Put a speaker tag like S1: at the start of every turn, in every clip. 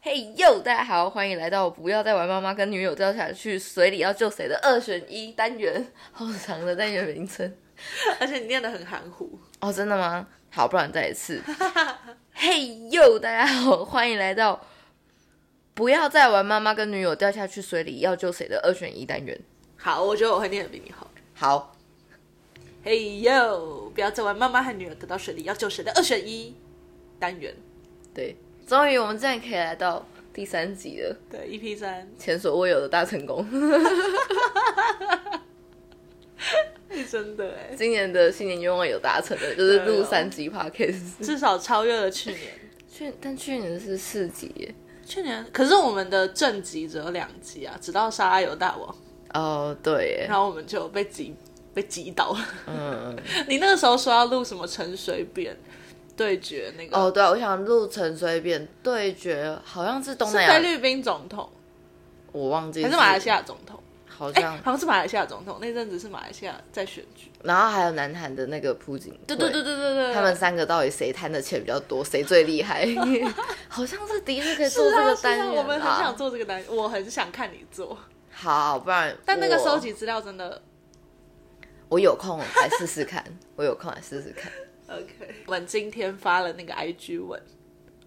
S1: 嘿哟，大家好，欢迎来到不要再玩妈妈跟女友掉下去，水里要救谁的二选一单元，好长的单元名称。
S2: 而且你念得很含糊。
S1: 哦，真的吗？好，不然再一 次。嘿哟，大家好，欢迎来到不要再玩妈妈跟女友掉下去水里要救谁的二选一单元。
S2: 好，我觉得我会念得比你好。
S1: 好，
S2: 嘿呦，不要再玩妈妈和女儿得到水里要救谁的二选一单元。
S1: 对，终于我们现在可以来到第三集了，
S2: 对，EP 三，
S1: 前所未有的大成功。
S2: 是真的哎，
S1: 今年的新年愿望有达成的，就是
S2: 对
S1: 录
S2: 哦
S1: 三集 podcast。
S2: 至少超越了去年。
S1: 去，但去年是四集耶。
S2: 去年可是我们的正集只有两集啊，直到沙拉油大王，
S1: 哦，对耶，
S2: 然后我们就被挤被挤倒 了。
S1: 嗯，
S2: 你那个时候说要录什么陈水扁对决那个，
S1: 哦，对啊，我想录陈水扁对决，好像是东
S2: 是
S1: 南
S2: 菲
S1: 亚，
S2: 律宾总统
S1: 我忘记
S2: 还是马来西，亚总统？
S1: 好
S2: 哎、
S1: 像，
S2: 好像是马来西亚总统，那阵子是马来西亚在选举。
S1: 然后还有南韩的那个朴槿惠，
S2: 对对对对对对，
S1: 他们三个到底谁贪的钱比较多，谁最厉害？ 好像是的确可以做这个单元、
S2: 啊我们很想。做这个单元，我很想看你做，
S1: 好，不然
S2: 但那个
S1: 我
S2: 收集资料真的
S1: 我有空来试试看，我有空来试试看。
S2: OK。我呃们今天发了那个 IG 文，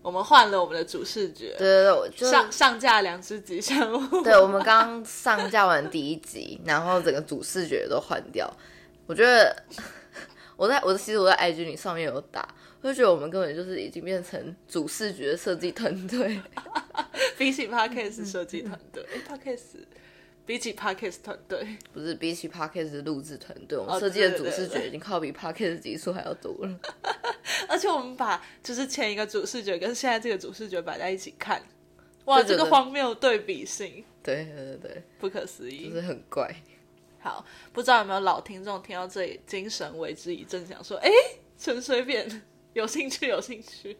S2: 我们换了我们的主视觉，
S1: 对对对，我就是
S2: 上上架两只吉祥物。
S1: 对，我们刚上架完第一集， 然后整个主视觉都换掉。我觉得我在我其实我在 IG 里上面有打，我就觉得我们根本就是已经变成主视觉设计团队。
S2: 比起
S1: 嗯
S2: Podcast 设计团队、诶 p o d c a s t 比起 Podcast 团队，
S1: 不是比起 Podcast 的录制团队，我们
S2: 哦
S1: 设计的
S2: 对
S1: 主
S2: 对
S1: 视
S2: 对
S1: 觉已经靠比 Podcast 集数还要多了。
S2: 而且我们把就是前一个主视觉跟现在这个主视觉摆在一起看，哇，
S1: 就觉
S2: 这
S1: 得
S2: 个荒谬对比性
S1: 对对对对，
S2: 不可思议。
S1: 就是很怪。
S2: 好，不知道有没有老听众听到这里，精神为之一振，想说，哎，陈水扁 有兴趣，有兴趣。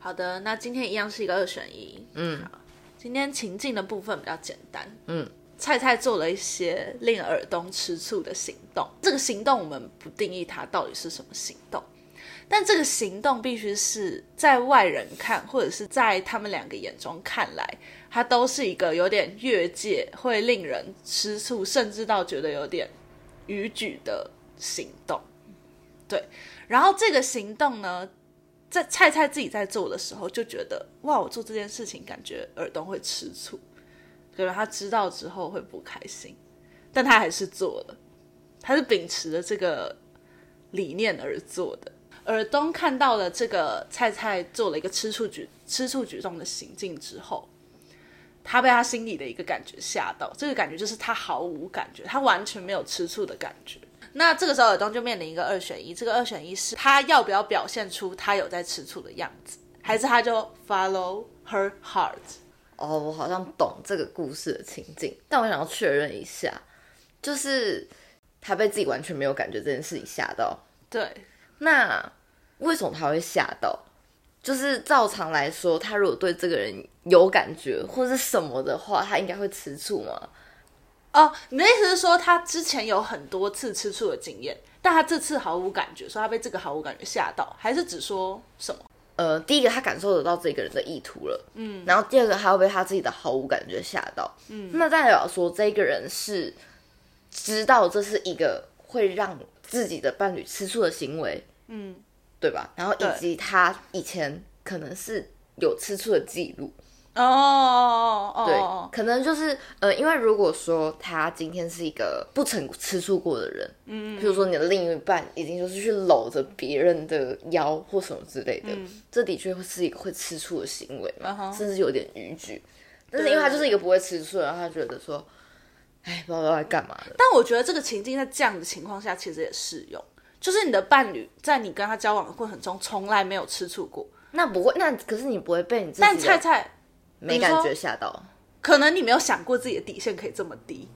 S2: 好的，那今天一样是一个二选一。
S1: 嗯
S2: 今天情境的部分比较简单，
S1: 嗯，
S2: 菜菜做了一些令耳东吃醋的行动。这个行动我们不定义它到底是什么行动，但这个行动必须是在外人看，或者是在他们两个眼中看来，它都是一个有点越界，会令人吃醋，甚至到觉得有点逾矩的行动。对，然后这个行动呢，在菜菜自己在做的时候，就觉得哇，我做这件事情感觉耳东会吃醋，可能他知道之后会不开心，但他还是做了，他是秉持着这个理念而做的。耳东看到了这个菜菜做了一个吃醋举吃醋举动的行径之后，他被他心里的一个感觉吓到，这个感觉就是他毫无感觉，他完全没有吃醋的感觉。那这个时候耳东就面临一个二选一，这个二选一是他要不要表现出他有在吃醋的样子，还是他就 follow her heart？
S1: 哦，我好像懂这个故事的情境，但我想要确认一下，就是他被自己完全没有感觉这件事情吓到，
S2: 对，
S1: 那为什么他会吓到？就是照常来说，他如果对这个人有感觉或是什么的话，他应该会吃醋吗？
S2: 哦，你的意思是说他之前有很多次吃醋的经验，但他这次毫无感觉，说他被这个毫无感觉吓到，还是只说什么？
S1: 呃，第一个他感受得到这个人的意图了，嗯，然后第二个他会被他自己的毫无感觉吓到，嗯，那代表说这个人是知道这是一个会让自己的伴侣吃醋的行为，
S2: 嗯，
S1: 对吧？然后以及他以前可能是有吃醋的记录，
S2: 哦哦哦
S1: 对，
S2: 哦，
S1: 可能就是呃，因为如果说他今天是一个不曾吃醋过的人，嗯，譬如说你的另一半已经就是去搂着别人的腰或什么之类的，这的确会是一个会吃醋的行为嘛，
S2: 嗯哼
S1: 甚至有点逾矩。但是因为他就是一个不会吃醋的人，然后他觉得说，哎，不知道在干嘛的，
S2: 但我觉得这个情境在这样的情况下其实也适用，就是你的伴侣在你跟他交往的过程中从来没有吃醋过，
S1: 那不会，那可是你不会被你自
S2: 但
S1: 己
S2: 菜
S1: 的
S2: 菜
S1: 没
S2: 你
S1: 感
S2: 说
S1: 觉吓到，
S2: 可能你没有想过自己的底线可以这么低，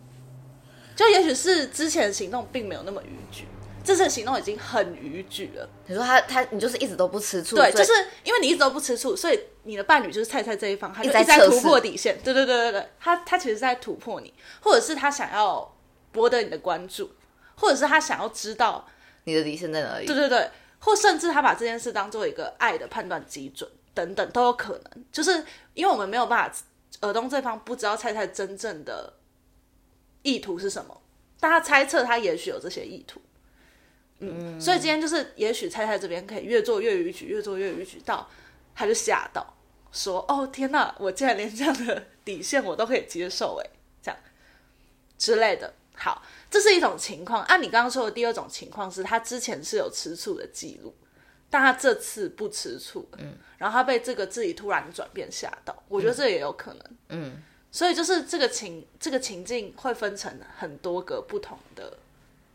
S2: 就也许是之前的行动并没有那么逾矩，这次的行动已经很逾矩了。
S1: 你说他他你就是一直都不吃醋，
S2: 对，
S1: 所
S2: 就
S1: 以
S2: 是因为你一直都不吃醋，所以你的伴侣就是菜菜这一方，他就
S1: 一
S2: 一
S1: 直在
S2: 直在
S1: 测
S2: 突
S1: 试
S2: 破底线。对对对对对，他他其实在突破你，或者是他想要博得你的关注，或者是他想要知道，
S1: 你的底线在哪里？
S2: 对对对，或甚至他把这件事当做一个爱的判断基准。等等都有可能，就是因为我们没有办法，耳东这方不知道菜菜真正的意图是什么，但他猜测他也许有这些意图。嗯，所以今天就是，也许菜菜这边可以越做越逾矩，越做越逾矩，到他就吓到，说：“哦天哪，我竟然连这样的底线我都可以接受，哎，这样之类的。”好，这是一种情况。按、你刚刚说的第二种情况是，他之前是有吃醋的记录，但他这次不吃醋，嗯，然后他被这个自己突然的转变吓到，我觉得这也有可能，嗯。所以就是这个情这个情境会分成很多个不同的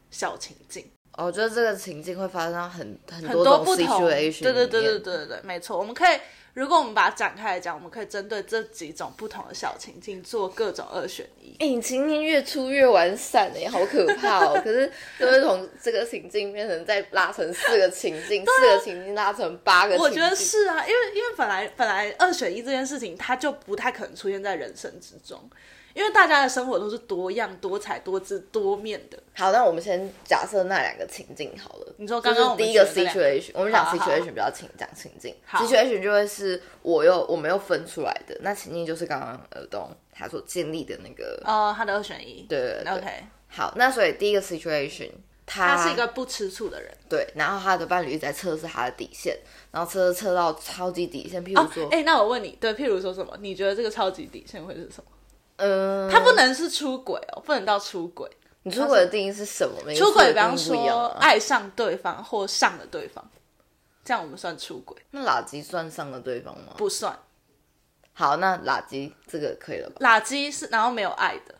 S2: 小情境，
S1: 哦我觉得这个情境会发生到很很
S2: 很
S1: 多
S2: 多
S1: 种
S2: 不同，对
S1: situation，
S2: 对对对
S1: 里
S2: 对
S1: 面
S2: 对对，没错。我们可以，如果我们把它展开来讲，我们可以针对这几种不同的小情境做各种二选一。
S1: 哎、你情境越出越完善哎、好可怕哦！可是就会从这个情境变成再拉成四个情境，四个情境拉成八个情境。
S2: 啊我觉得是啊，因为因为本来本来二选一这件事情，它就不太可能出现在人生之中，因为大家的生活都是多样、多彩、多姿、多面的。
S1: 好，那我们先假设那两个情境好了。
S2: 你说刚刚我
S1: 就
S2: 们
S1: 是第一个
S2: 选的那两
S1: situation，我们讲
S2: 好好好
S1: situation 比较情讲情境
S2: 好
S1: ，situation 就会是我又我们又分出来的，那情境就是刚刚耳东他所建立的那个。
S2: 呃，他的二选一，
S1: 对对对
S2: OK，
S1: 好，那所以第一个 situation，他
S2: 他是一个不吃醋的人。
S1: 对，然后他的伴侣一直在测试他的底线，然后测试测到超级底线，譬
S2: 哦
S1: 如说，，
S2: 哎、那我问你，对，譬如说什么？你觉得这个超级底线会是什么？
S1: 嗯、
S2: 他不能是出轨哦，不能到出轨。
S1: 你出轨的定义是什么？每个
S2: 出轨，
S1: 人
S2: 比方
S1: 定义不一样
S2: 说
S1: 啊
S2: 爱上对方或上了对方，这样我们算出轨？
S1: 那垃圾算上了对方吗？
S2: 不算，
S1: 好，那垃圾这个可以了吧？
S2: 垃圾是然后没有爱的。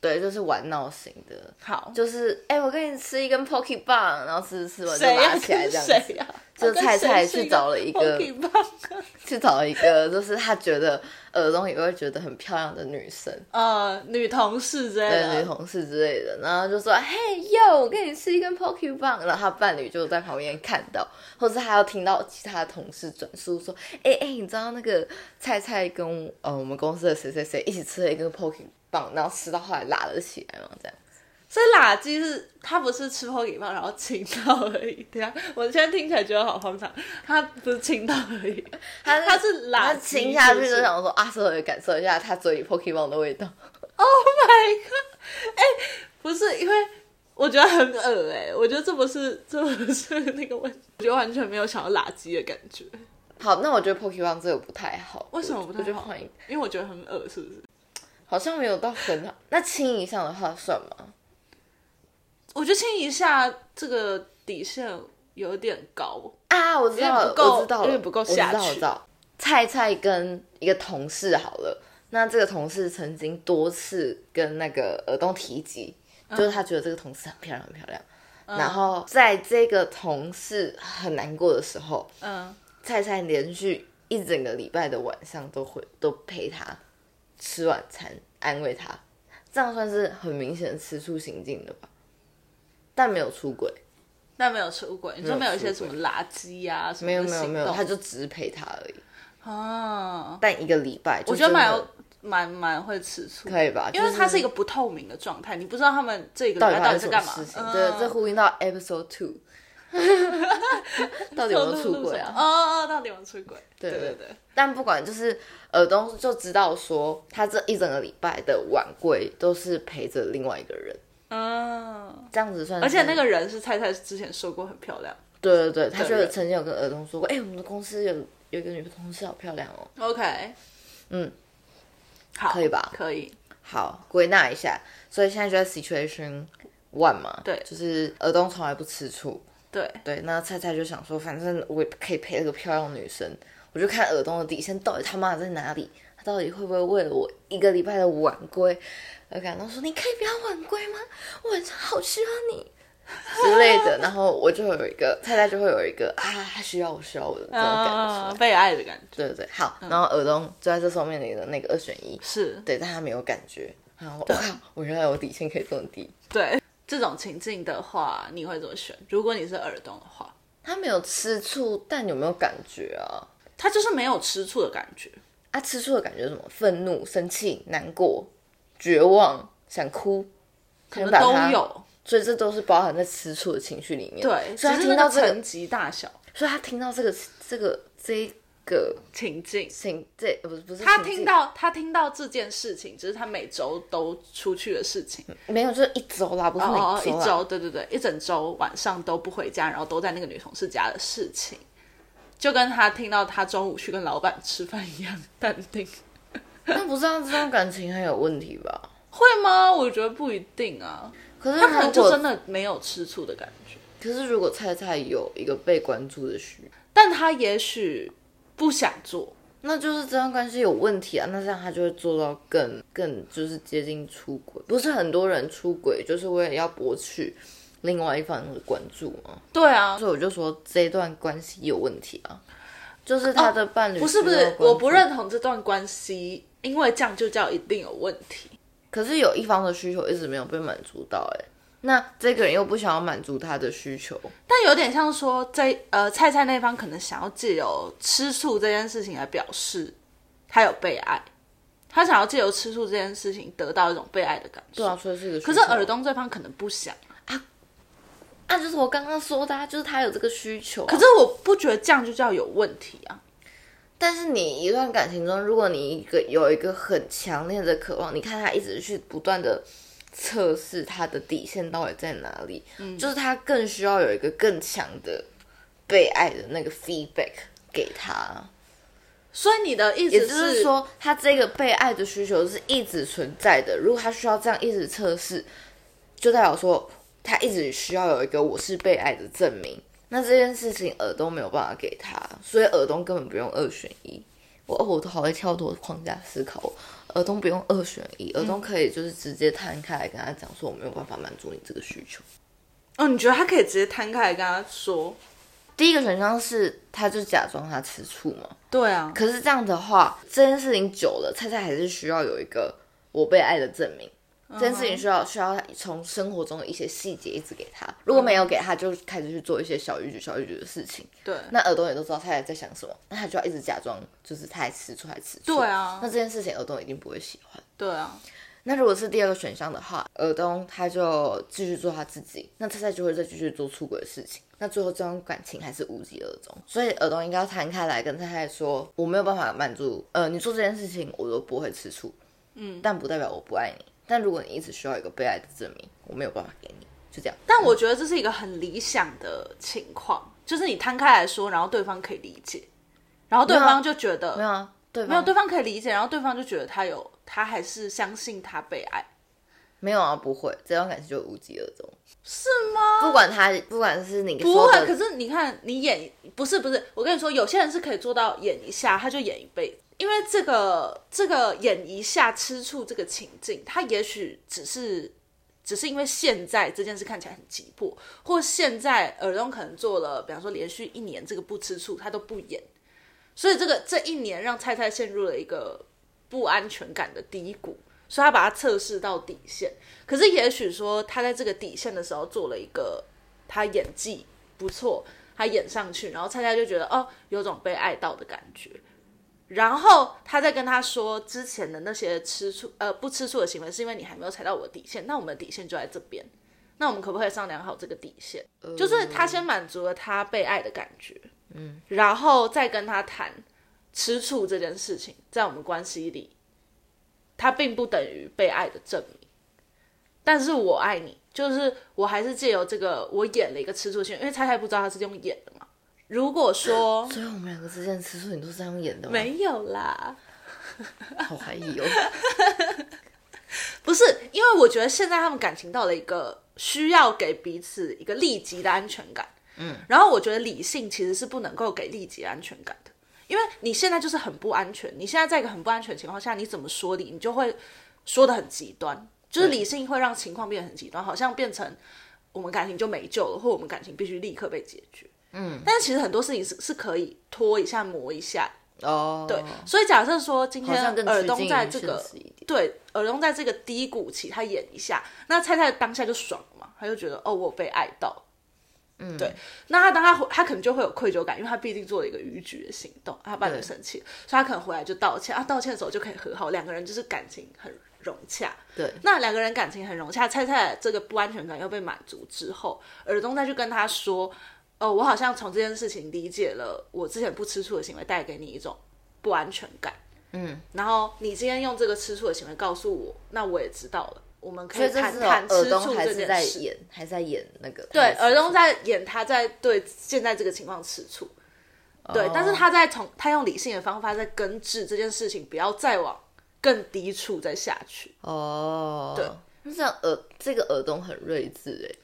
S1: 对，就是玩闹型的，
S2: 好，
S1: 就是哎、我跟你吃一根 Pocky 棒，然后吃吃完就
S2: 谁呀、
S1: 拉起来
S2: 跟
S1: 这样子，
S2: 谁呀、啊
S1: 就
S2: 跟
S1: 菜
S2: 谁
S1: 菜
S2: 是
S1: 去找了一个
S2: Pokemon
S1: 去找了一个就是他觉得耳东也会觉得很漂亮的女生，
S2: 呃女同事之类
S1: 对，女
S2: 的。
S1: 同事之类的，然后就说嘿哟，我跟你吃一根 Pocky 棒，然后他伴侣就在旁边看到，或者他要听到其他同事转述说，哎、哎、你知道那个菜菜跟呃我们公司的谁谁谁一起吃了一根 Pocky 棒，然后吃到后来拉了起来嘛，这样。
S2: 所以垃圾是他不是吃 p o k e m o 然后亲到而已。对啊，我现在听起来觉得好荒唐。他不是亲到而已，
S1: 他
S2: 他是垃圾
S1: 他亲下去
S2: 是不
S1: 就是想说啊，稍微感受一下他嘴里 Pocky 棒的味道。
S2: Oh 哎不是因为我觉得很恶哎、我觉得这不是这不是那个问题，我觉得完全没有想要垃圾的感觉，
S1: 好，那我觉得 Pocky 棒这个不太好，
S2: 为什么不太好
S1: 我就换一个，
S2: 因为我觉得很恶，是不是？
S1: 好像没有到很好。那亲一下的话算吗？
S2: 我觉得亲一下这个底线有点高，
S1: 啊，我知道
S2: 有点
S1: 了
S2: 不，够
S1: 我知道了，
S2: 有点不够
S1: 我知
S2: 下
S1: 道，
S2: 去
S1: 我知道。菜菜跟一个同事好了，那这个同事曾经多次跟那个耳东提及，
S2: 嗯
S1: 就是他觉得这个同事很漂亮，很漂亮。然后在这个同事很难过的时候，
S2: 嗯，
S1: 菜菜连续一整个礼拜的晚上都会都陪他吃晚餐，安慰他，这样算是很明显的吃醋行径的吧？但没有出轨，
S2: 但没有出轨，你说没有一些什
S1: 出轨
S2: 么垃圾啊什么
S1: 没有没有没有，他
S2: 他
S1: 就只是陪他而已。
S2: 啊，
S1: 但一个礼拜，
S2: 我
S1: 我
S2: 觉得蛮有蛮蛮会吃醋，
S1: 可以吧？
S2: 因为
S1: 就
S2: 它是一个不透明的状态，你不知道他们这个礼
S1: 到
S2: 拜
S1: 底
S2: 到
S1: 发
S2: 底
S1: 生
S2: 在
S1: 什么
S2: 干嘛。
S1: 事情？
S2: 嗯
S1: 对，这呼应到 episode two，到底有没有出轨啊？
S2: 哦哦，到底有没有出轨？对
S1: 对
S2: 对对，
S1: 但不管就是耳东就知道说，他这一整个礼拜的晚归都是陪着另外一个人，
S2: 嗯。
S1: 这样子算是。
S2: 而且那个人是菜菜之前说过很漂亮。
S1: 对对对，他
S2: 的
S1: 就
S2: 人
S1: 曾经有跟耳东说过，哎、我们的公司有有一个女同事好漂亮哦。
S2: OK，
S1: 嗯，
S2: 好，
S1: 可以吧
S2: 可以，
S1: 好，归纳一下，所以现在就在 situation one 嘛，
S2: 对
S1: 就是耳东从来不吃醋，
S2: 对，
S1: 对，那菜菜就想说，反正我也可以陪那个漂亮女生，我就看耳东的底线到底他妈在哪里，他到底会不会为了我一个礼拜的晚归而感到说，你可以不要晚归吗？我晚上好需要你 之类的。然后我就有一个菜菜就会有一个啊，他需要我需要我的这种感觉。
S2: 嗯，被爱的感觉
S1: 对对对，好，然后耳东就在这上面的那个二选一，
S2: 是
S1: 对，但他没有感觉。然后我
S2: 啊
S1: 靠，我原来我底线可以这么低。
S2: 对这种情境的话，你会怎么选？如果你是耳洞的话，
S1: 他没有吃醋，但有没有感觉啊？
S2: 他就是没有吃醋的感觉，
S1: 啊，吃醋的感觉是什么？愤怒、生气、难过、绝望、想哭，
S2: 可能
S1: 想把
S2: 都
S1: 它，
S2: 有。
S1: 所以这都是包含在吃醋的情绪里面。
S2: 对，
S1: 所以他
S2: 只是
S1: 听
S2: 那
S1: 到
S2: 个
S1: 这个，
S2: 层级大小，
S1: 所以他听到这个这个这一个
S2: 情境。
S1: 情，这不是不是
S2: 他
S1: 情
S2: 听
S1: 境
S2: 到他听到这件事情，只、是他每周都出去的事情。
S1: 没有，就是一周啦，不是每
S2: 哦哦，一
S1: 周啦。
S2: 周，对对对，一整周晚上都不回家，然后都在那个女同事家的事情，就跟他听到他中午去跟老板吃饭一样淡定。
S1: 那不是让这种感情很有问题吧？
S2: 会吗？我觉得不一定啊，
S1: 可是
S2: 他可
S1: 如
S2: 能就真
S1: 果，
S2: 的没有吃醋的感觉，
S1: 可是如果菜菜有一个被关注的需要，
S2: 但他也许不想做。
S1: 那就是这段关系有问题啊。那这样他就会做到更更就是接近出轨。不是很多人出轨就是为了要博取另外一方的关注吗？
S2: 对啊，
S1: 所以我就说这一段关系有问题啊，就是他的伴侣、
S2: 哦不是不是，我不。认同这段关系，因为这样就叫一定有问题。
S1: 可是有一方的需求一直没有被满足到、欸，哎，那这个人又不想要满足他的需求，
S2: 但有点像说，在呃菜菜那方可能想要借由吃醋这件事情来表示他有被爱，他想要借由吃醋这件事情得到一种被爱的感受。
S1: 对啊，所以是一个需求。
S2: 可是耳东这方可能不想，
S1: 啊，就是我刚刚说的、啊，就是他有这个需求啊、
S2: 可是我不觉得这样就叫有问题啊。
S1: 但是你一段感情中，如果你一个有一个很强烈的渴望，你看他一直去不断的测试他的底线到底在哪里，就是他更需要有一个更强的被爱的那个 feedback 给他。
S2: 所以你的意
S1: 也
S2: 思
S1: 就是说，他这个被爱的需求是一直存在的。如果他需要这样一直测试，就代表说他一直需要有一个我是被爱的证明。那这件事情耳东没有办法给他，所以耳东根本不用二选一。我哦，我都好会跳脱框架思考，哦耳东不用二选一，耳东可以就是直接摊开来跟他讲说我没有办法满足你这个需求。
S2: 哦，你觉得他可以直接摊开来跟他说？
S1: 第一个选项是，他就假装他吃醋嘛，
S2: 对啊，
S1: 可是这样的话，这件事情久了，菜菜还是需要有一个我被爱的证明。
S2: 嗯
S1: 这件事情需要需要从生活中的一些细节一直给他，如果没有给他，就开始去做一些小逾矩、小逾矩的事情。
S2: 对啊
S1: 那耳朵也都知道菜菜在想什么，那他就要一直假装就是他还吃醋，还吃醋。
S2: 对啊
S1: 那这件事情耳朵一定不会喜欢。
S2: 对啊，
S1: 那如果是第二个选项的话，尔东他就继续做他自己，那菜菜就会再继续做出轨的事情，那最后这段感情还是无疾而终。所以尔东应该要摊开来跟菜菜说，我没有办法满足，呃，你做这件事情我都不会吃醋，嗯，但不代表我不爱你。但如果你一直需要一个被爱的证明，我没有办法给你，就这样。
S2: 但我觉得这是一个很理想的情况，就是你摊开来说，然后对方可以理解，然后对
S1: 没有啊
S2: 方就觉得
S1: 没有啊，对
S2: 没有，
S1: 方
S2: 对方可以理解，然后对方就觉得他有，他还是相信他被爱，
S1: 没有啊，不会，这段感情就无疾而终。
S2: 是吗？
S1: 不管他，不管是你
S2: 不
S1: 说
S2: 会，
S1: 的
S2: 可是你看，你演不是不是，我跟你说，有些人是可以做到演一下，他就演一辈子，因为这个这个演一下吃醋这个情境，他也许只是只是因为现在这件事看起来很急迫，或现在耳东可能做了，比方说连续一年这个不吃醋，他都不演，所以这个这一年让菜菜陷入了一个不安全感的低谷，所以他把它测试到底线。可是也许说他在这个底线的时候做了一个他演技不错，他演上去，然后菜菜就觉得哦，有种被爱到的感觉。然后他在跟他说之前的那些吃醋呃不吃醋的行为，是因为你还没有踩到我的底线，那我们的底线就在这边，那我们可不可以商量好这个底线？就是他先满足了他被爱的感觉，嗯，然后再跟他谈吃醋这件事情，在我们关系里，它并不等于被爱的证明。但是我爱你，就是我还是借由这个，我演了一个吃醋行为，因为菜菜不知道他是用演的嘛。如果说
S1: 所以我们两个之间的吃醋，你都是这样演的吗？
S2: 没有啦，
S1: 好怀疑 哦。
S2: 不是，因为我觉得现在他们感情到了一个需要给彼此一个立即的安全感。嗯，然后我觉得理性其实是不能够给立即安全感的，因为你现在就是很不安全，你现在在一个很不安全的情况下，你怎么说理，你就会说的很极端，就是理性会让情况变得很极端，好像变成我们感情就没救了，或我们感情必须立刻被解决。嗯，但是其实很多事情是是可以拖一下、磨一下，
S1: 哦，对
S2: 所以假设说今
S1: 好像
S2: 天
S1: 更
S2: 耳
S1: 趋
S2: 东
S1: 近
S2: 在
S1: 于
S2: 这
S1: 现
S2: 个
S1: 实一点
S2: 对耳东在这个低谷期，他演一下，那菜菜当下就爽了嘛，他就觉得哦，我被爱到，嗯，对。那他当他回他可能就会有愧疚感，因为他毕竟做了一个逾矩的行动，他爸就生气，所以他可能回来就道歉。啊，道歉的时候就可以和好，两个人就是感情很融洽。
S1: 对
S2: 那两个人感情很融洽，菜菜这个不安全感又被满足之后，耳东再去跟他说。哦，我好像从这件事情理解了我之前不吃醋的行为带给你一种不安全感。嗯，然后你今天用这个吃醋的行为告诉我，那我也知道了。我们可
S1: 所以这
S2: 谈
S1: 是哦
S2: 谈
S1: 耳
S2: 吃
S1: 东
S2: 醋
S1: 还
S2: 这
S1: 是
S2: 件
S1: 在
S2: 事。
S1: 演，还是在演那个？
S2: 对，耳东在演他在对现在这个情况吃醋，对，但是他在从他用理性的方法在根治这件事情，不要再往更低处再下去。
S1: 哦，
S2: 对，
S1: 那这样耳这个耳东很睿智哎，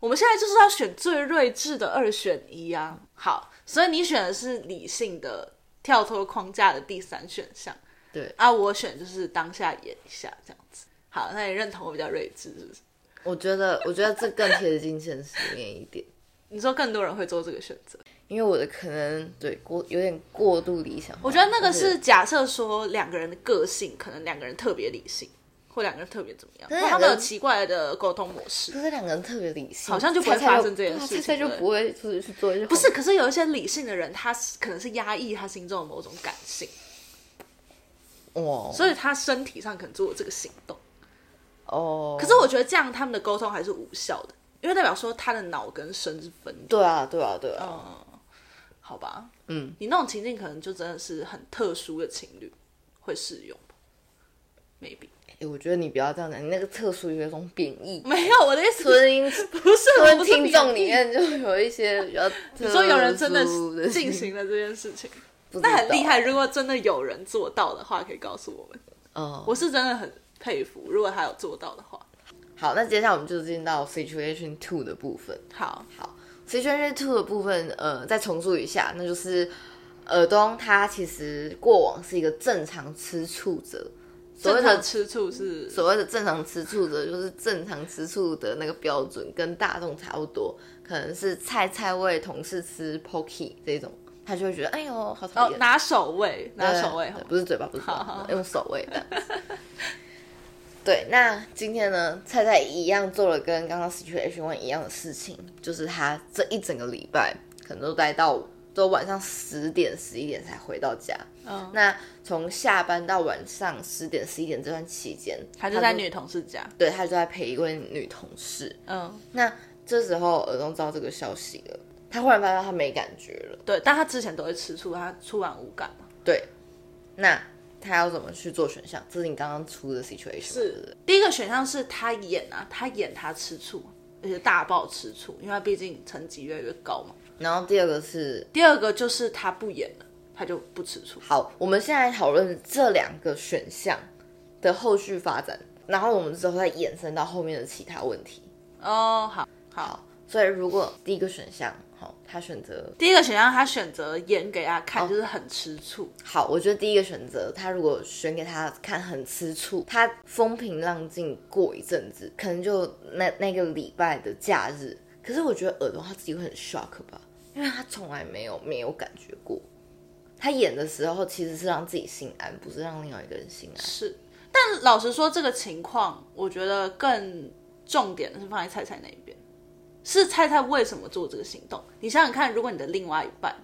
S2: 我们现在就是要选最睿智的二选一啊！好，所以你选的是理性的、跳脱框架的第三选项
S1: 对
S2: 啊，我选就是当下演一下这样子。好，那你认同我比较睿智是不是？
S1: 我觉得我觉得这更贴近现实面一点，
S2: 你说更多人会做这个选择？
S1: 因为我的可能对过有点过度理想化，
S2: 我
S1: 我
S2: 觉得那个是假设说两个人的个性，可能两个人特别理性，或两个人特别怎么样，
S1: 是
S2: 或他
S1: 两个
S2: 们有奇怪的沟通模式。
S1: 可是两个人特别理性，
S2: 好像就不会
S1: 菜菜
S2: 发生这件事情
S1: 对啊菜菜就
S2: 对
S1: 不会出去去做一些
S2: 不是，可是有一些理性的人，他是可能是压抑他心中的某种感性，
S1: 哦
S2: 所以他身体上可能做了这个行动。
S1: 哦，
S2: 可是我觉得这样他们的沟通还是无效的，因为代表说他的脑跟身是分离，
S1: 对啊对啊对
S2: 哦
S1: 啊，
S2: 好吧？
S1: 嗯，
S2: 你那种情境可能就真的是很特殊的情侣会适用吧，maybe
S1: 哎，我觉得你不要这样讲，你那个特殊有一种贬义，
S2: 没有我的意思
S1: 所以
S2: 不是 我
S1: 跟
S2: 不是
S1: 听众呃里
S2: 贬义
S1: 面就有一些比较特殊，
S2: 你
S1: 你
S2: 说有人真的进行了这件事情，那很厉害。如果真的有人做到的话，可以告诉我们。
S1: 哦。
S2: 我是真的很佩服，如果他有做到的话。
S1: 好，那接下来我们就进到 situation two 的部分。
S2: 好，
S1: 好，situation two 的部分，呃，再重述一下，那就是尔东他其实过往是一个正常吃醋者，所谓
S2: 正
S1: 的
S2: 常吃醋是
S1: 所谓的正常吃醋者，就是正常吃醋的那个标准跟大众差不多，可能是菜菜味同事吃 pokey 这种，他就会觉得哎呦好讨
S2: 哦
S1: 厌，
S2: 拿手位，拿手位
S1: 对
S2: 好吗
S1: 不是嘴巴，不是嘴
S2: 好好
S1: 巴，用手位的。 对，那今天呢，菜菜一样做了跟刚刚 Situation One 一样的事情，就是他这一整个礼拜可能都待到都晚上十点十一点才回到家。
S2: 嗯
S1: 那从下班到晚上十点十一点这段期间，
S2: 他就在女同事家。
S1: 对他就在陪一位女同事。
S2: 嗯，
S1: 那这时候耳东知道这个消息了，他忽然发现他没感觉了。
S2: 对，但他之前都会吃醋，他出完无感嘛。
S1: 对，那他要怎么去做选项？这是你刚刚出的 situation 嘛对不对
S2: 第一个选项是他演啊，他演他吃醋，而且大爆吃醋，因为他毕竟成绩越来越高嘛。
S1: 然后第二个是
S2: 第二个就是他不演了，他就不吃醋。
S1: 好，我们现在讨论这两个选项的后续发展，然后我们之后再延伸到后面的其他问题。
S2: 哦，好好。
S1: 好，所以如果第一个选项，好，他选择
S2: 第一个选项他选择演给他看，就是很吃醋。
S1: 好，我觉得第一个选择，他如果选给他看很吃醋，他风平浪静过一阵子，可能就那那个礼拜的假日。可是我觉得耳朵他自己会很 shock 吧，因为他从来没有没有感觉过。他演的时候其实是让自己心安，不是让另外一个人心安。
S2: 是，但老实说，这个情况我觉得更重点的是放在菜菜那一边，是菜菜为什么做这个行动？你想想看，如果你的另外一半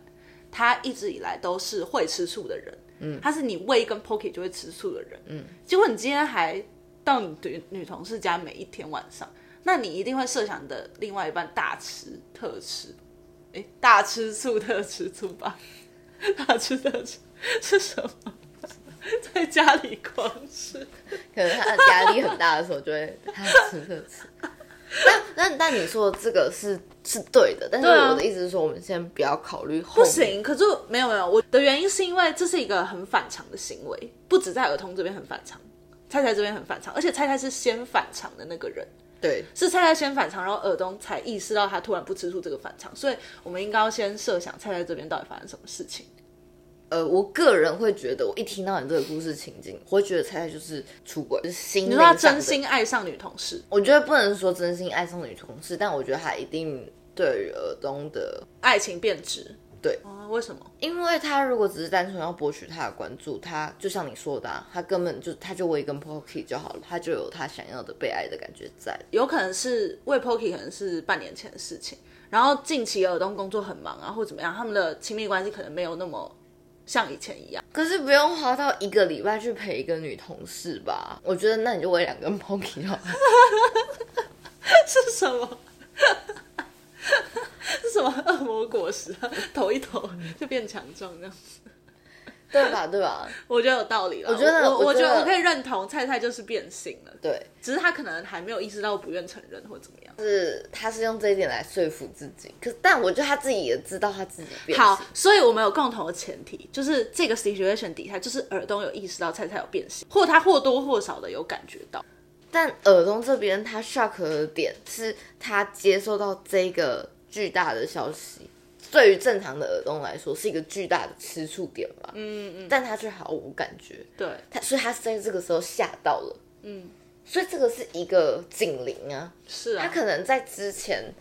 S2: 他一直以来都是会吃醋的人，嗯，他是你喂一根 pocky 就会吃醋的人，嗯，结果你今天还到你女女同事家每一天晚上，那你一定会设想你的另外一半大吃特吃。诶，大吃醋特吃醋吧， 大吃特吃是什么？在家里狂吃，
S1: 可能他压力很大的时候，就会他吃特吃。那那那你说的这个是是对的，但是
S2: 对啊
S1: 我的意思是说，我们先不要考虑后
S2: 不
S1: 面。
S2: 行。可是没有没有，我的原因是因为这是一个很反常的行为，不止在儿童这边很反常，菜菜这边很反常，而且菜菜是先反常的那个人，
S1: 对，
S2: 是菜菜先反常，然后尔东才意识到他突然不吃醋这个反常，所以我们应该要先设想菜菜这边到底发生什么事情。
S1: 呃，我个人会觉得，我一听到你这个故事情境，我会觉得猜猜就是出轨，就是心
S2: 你
S1: 灵
S2: 说他
S1: 上
S2: 真
S1: 的
S2: 心爱上女同事，
S1: 我觉得不能说真心爱上女同事，但我觉得他一定对于耳东的，
S2: 爱情变质，
S1: 对
S2: 哦，为什么？
S1: 因为他如果只是单纯要博取他的关注，他就像你说的、啊，他根本就他就我一根 Pocky 就好了，他就有他想要的被爱的感觉在。
S2: 有可能是为 Pokey 可能是半年前的事情，然后近期尔东工作很忙啊，或怎么样，他们的亲密关系可能没有那么像以前一样。
S1: 可是不用花到一个礼拜去陪一个女同事吧？我觉得那你就喂两根 Pocky 就好了。
S2: 是什么？是什么恶魔果实啊，投一投就变强壮这样。
S1: 对吧？对吧？
S2: 我觉得有道理了。我
S1: 觉得
S2: 我
S1: 我
S2: 觉
S1: 觉得
S2: 我可以认同菜菜就是变性了，
S1: 对，
S2: 只是他可能还没有意识到，不愿承认或怎么样。
S1: 是他是用这一点来说服自己，可但我觉得他自己也知道他自己变性
S2: 好，所以我们有共同的前提，就是这个 situation 底下，就是耳东有意识到菜菜有变性，或他或多或少的有感觉到。
S1: 但耳东这边他 shock 的点是他接受到这个巨大的消息，对于正常的耳东来说是一个巨大的吃醋点吧，
S2: 嗯嗯，
S1: 但他却毫无感觉，
S2: 对，
S1: 他所以他在这个时候吓到了，
S2: 嗯，
S1: 所以这个是一个警铃啊，
S2: 是
S1: 他
S2: 啊，
S1: 可能在之前。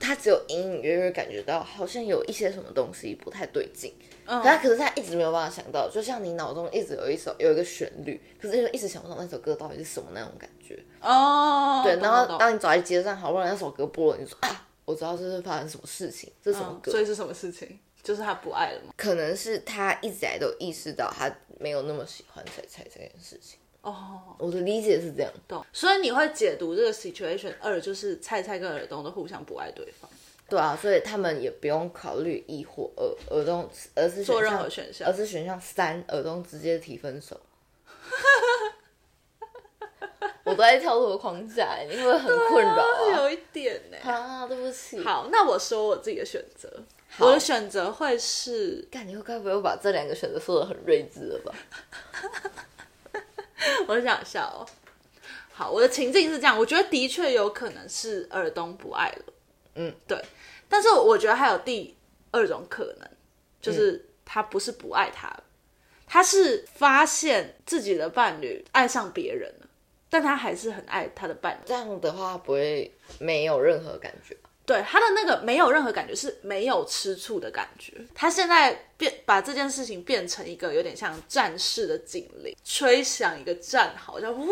S1: 他只有隐隐约约感觉到，好像有一些什么东西不太对劲，
S2: 嗯
S1: 可他可是他一直没有办法想到，就像你脑中一直有一首有一个旋律，可是就一直想不到那首歌到底是什么那种感觉。
S2: 哦，
S1: 对，
S2: 懂
S1: 然后
S2: 懂
S1: 当你走在街上，好不容易那首歌播了，你就说啊，我知道这是发生什么事情，这是什么
S2: 嗯
S1: 歌？
S2: 所以是什么事情？就是他不爱了吗？
S1: 可能是他一直以来都意识到他没有那么喜欢彩彩这件事情。
S2: 哦，
S1: 我的理解是这样，
S2: 懂。所以你会解读这个 situation 二，就是菜菜跟耳东都互相不爱对方，
S1: 对啊，所以他们也不用考虑一或二，耳东而是选项
S2: 做任何选项
S1: 而是选项三，耳东直接提分手。我都在跳入的框架，欸你会不会很困扰啊？
S2: 哦有一点呢、
S1: 啊，对不起。
S2: 好，那我说我自己的选择，我的选择会是
S1: 干，你会该不会把这两个选择说的很睿智了吧？
S2: 我想笑哦。好，我的情境是这样，我觉得的确有可能是耳东不爱了，
S1: 嗯，
S2: 对。但是我觉得还有第二种可能，就是他不是不爱他了，他是发现自己的伴侣爱上别人了，但他还是很爱他的伴侣。
S1: 这样的话不会没有任何感觉。
S2: 对他的那个没有任何感觉，是没有吃醋的感觉。他现在变把这件事情变成一个有点像战士的警铃，吹响一个战号，叫呜，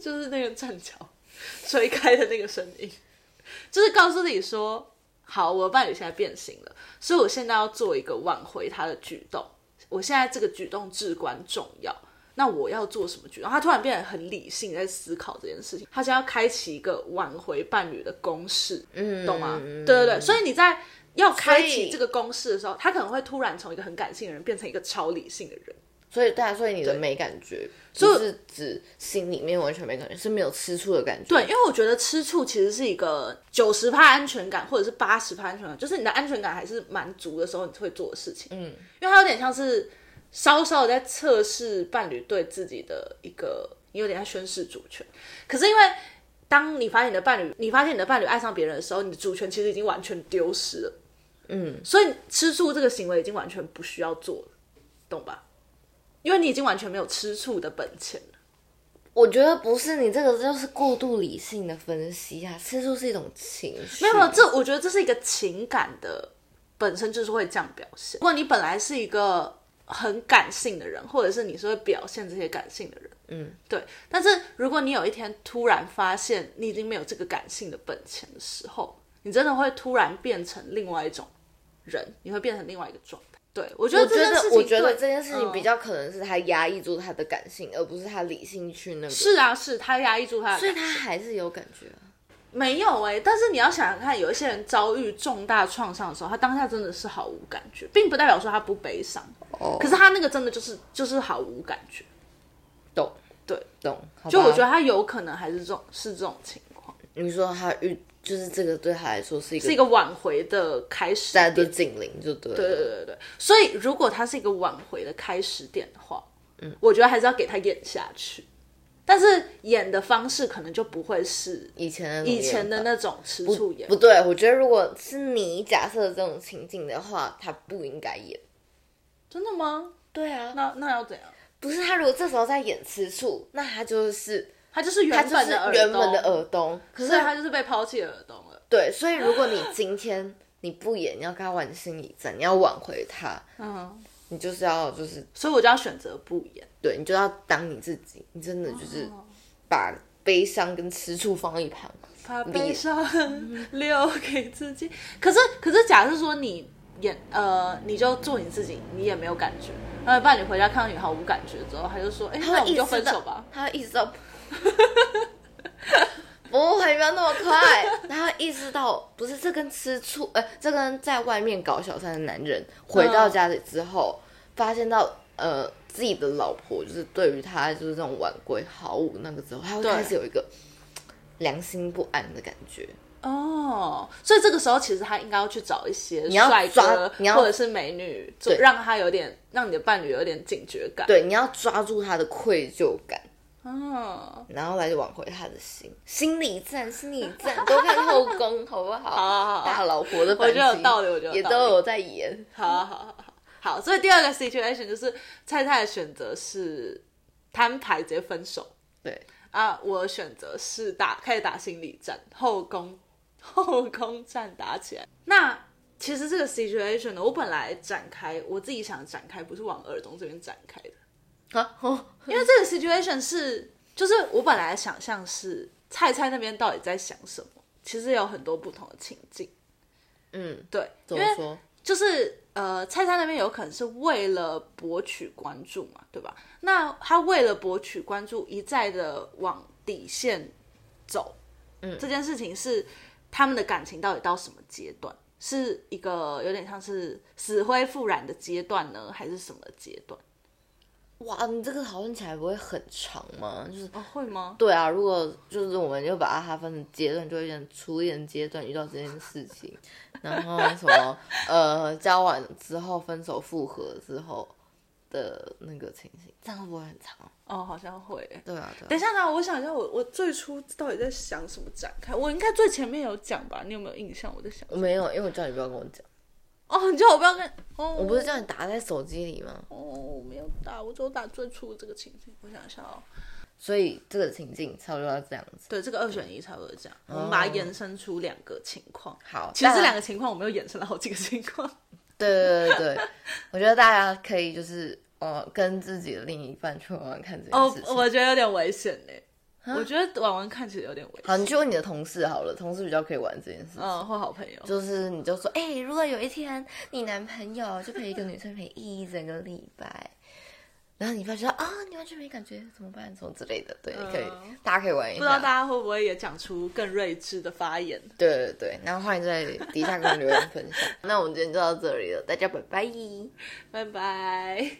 S2: 就是那个战桥 吹开的那个声音， 就是告诉你说，好，我的伴侣现在变形了，所以我现在要做一个挽回他的举动。我现在这个举动至关重要。那我要做什么举动？他突然变得很理性，在思考这件事情。他想要开启一个挽回伴侣的公式，
S1: 嗯
S2: 懂吗？对对对，所以你在要开
S1: 所
S2: 启
S1: 以
S2: 这个公式的时候，他可能会突然从一个很感性的人变成一个超理性的人。
S1: 所以，对啊，所以你的没感觉，就是指心里面完全没感觉，是没有吃醋的感觉。
S2: 对，，因为我觉得吃醋其实是一个九十趴安全感，或者是八十趴安全感，就是你的安全感还是蛮足的时候，你会做的事情。嗯，因为它有点像是稍稍的在测试伴侣对自己的一个，你有点在宣示主权。可是因为当你发现你的伴侣，你发现你的伴侣爱上别人的时候，你的主权其实已经完全丢失了。嗯，所以吃醋这个行为已经完全不需要做了，懂吧？因为你已经完全没有吃醋的本钱了。
S1: 我觉得不是你这个就是过度理性的分析啊，吃醋是一种情绪。
S2: 没有没有，这我觉得这是一个情感的，本身就是会这样表现。如果你本来是一个很感性的人，或者是你是会表现这些感性的人，嗯，对。但是如果你有一天突然发现你已经没有这个感性的本钱的时候，你真的会突然变成另外一种人，你会变成另外一个状态。对，我觉
S1: 我
S2: 得
S1: 觉
S2: 这件事
S1: 得，
S2: 情
S1: 我觉得
S2: 对
S1: 这件事情比
S2: 嗯
S1: 较可能是他压抑住他的感性，而不是他理性去那个。
S2: 是啊，是他压抑住他的感
S1: 所以
S2: 情，
S1: 他还是有感觉啊。
S2: 没有哎、但是你要想想看，有一些人遭遇重大创伤的时候，他当下真的是毫无感觉，并不代表说他不悲伤，
S1: 哦
S2: 可是他那个真的就是就是毫无感觉。
S1: 懂，
S2: 对，
S1: 懂。好
S2: 就我
S1: 吧
S2: 觉得他有可能还是这种是这种情况，
S1: 你说他遇，就是这个对他来说是一个
S2: 是一个挽回的开始
S1: 大家
S2: 点。
S1: 都
S2: 对
S1: 警铃，就对了。
S2: 对对对对，所以如果他是一个挽回的开始点的话，嗯，我觉得还是要给他演下去，但是演的方式可能就不会是
S1: 以前的那种
S2: 以前的
S1: 演法
S2: 那种吃醋演
S1: 不对，我觉得如果是你假设的这种情境的话，他不应该演。
S2: 真的吗？
S1: 对啊，
S2: 那那要怎样？
S1: 不是他如果这时候在演吃醋，那他就是
S2: 他就是
S1: 他
S2: 原
S1: 就
S2: 本
S1: 是
S2: 的耳
S1: 原本的
S2: 洞
S1: 耳东。可是
S2: 所以他就是被抛弃的耳洞了。
S1: 对，所以如果你今天你不演，你要跟他玩心理战，你要挽回他，
S2: 嗯，
S1: 你就是要就是
S2: 所以我就要选择不演。
S1: 对你就要当你自己，你真的就是把悲伤跟吃醋放一旁。
S2: 把悲伤 留给自己。可是，可是，假设说你演呃，你就做你自己，你也没有感觉，呃然后伴侣回家看到你毫无感觉之后，他就说：“哎、那
S1: 他
S2: 我
S1: 会
S2: 们
S1: 意
S2: 就
S1: 识
S2: 分手
S1: 到
S2: 吧。，
S1: 他会意识到。 不会，不要那么快。 然后意识到，不是这跟吃醋，呃，这跟在外面搞小三的男人回到家里之后，发现到呃自己的老婆就是对于他就是这种晚归毫无那个之后，他会
S2: 对
S1: 开始有一个良心不安的感觉。
S2: 哦，所以这个时候其实他应该要去找一些
S1: 要
S2: 帅哥
S1: 抓你要
S2: 或者是美女，做
S1: 对
S2: 让他有点让你的伴侣有点警觉感。，
S1: 对，你要抓住他的愧疚感，
S2: 嗯，
S1: 然后来挽回他的心，心理战，心理战，多看后宫好不好？
S2: 好啊好好
S1: 大老婆的
S2: 我
S1: 反
S2: 觉
S1: 击，
S2: 得有道理我觉得有
S1: 也
S2: 道理
S1: 都有在演。
S2: 好好好好好。所以第二个 situation 就是菜菜的选择是摊牌直接分手
S1: 对，
S2: 啊，我的选择是打开始打心理战，后宫后宫战打起来。那其实这个 situation 呢，我本来展开我自己想展开，不是往耳东这边展开的。
S1: 啊，哦，
S2: 因为这个 situation 是，就是我本来想象是菜菜那边到底在想什么，其实有很多不同的情境。
S1: 嗯，
S2: 对，
S1: 怎
S2: 因
S1: 么
S2: 为
S1: 说？
S2: 就是呃，菜菜那边有可能是为了博取关注嘛，对吧？那他为了博取关注，一再的往底线走，嗯，这件事情是他们的感情到底到什么阶段？是一个有点像是死灰复燃的阶段呢，还是什么阶段？
S1: 哇，你这个讨论起来不会很长吗？就是
S2: 哦，会吗？
S1: 对啊，如果就是我们就把它分成阶段，就会变成初恋阶段遇到这件事情，然后什么呃交往之后分手复合之后的那个情形，这样会不会很长？
S2: 哦，好像会耶。
S1: 对啊，对啊
S2: 等一下呢，我想一下我，我最初到底在想什么展开？我应该最前面有讲吧？你有没有印象？我在想
S1: 我没有，因为我叫你不要跟我讲，
S2: 哦，你叫我不要跟哦，
S1: 我不是叫你打在手机里吗？
S2: 哦，我没有打，我只有打最初这个情境。我想一下哦，
S1: 所以这个情境差不多要这样子。
S2: 对，这个二选一差不多这样，我们把它延伸出两个情况。
S1: 好，
S2: 哦其实
S1: 大
S2: 这
S1: 家
S2: 两个情况，我们又衍生了好几个情况。
S1: 对对对对对，我觉得大家可以就是呃跟自己的另一半去玩玩看这件
S2: 哦
S1: 事，情。
S2: 我觉得有点危险呢。我觉得玩玩看其实有点危
S1: 好，
S2: 险。
S1: 你去问你的同事好了，同事比较可以玩这件事。
S2: 嗯，或好朋友。
S1: 就是你就说，哎、如果有一天你男朋友就陪一个女生陪一整个礼拜，然后你发觉啊、你完全没感觉，怎么办？什么之类的，对，你可以，
S2: 嗯
S1: 大家可以玩一
S2: 不知道大
S1: 下。
S2: 家会不会也讲出更睿智的发言？
S1: 对对对，然后欢迎在 底下跟我们留言分享。那我们今天就到这里了，大家拜拜。
S2: 拜拜。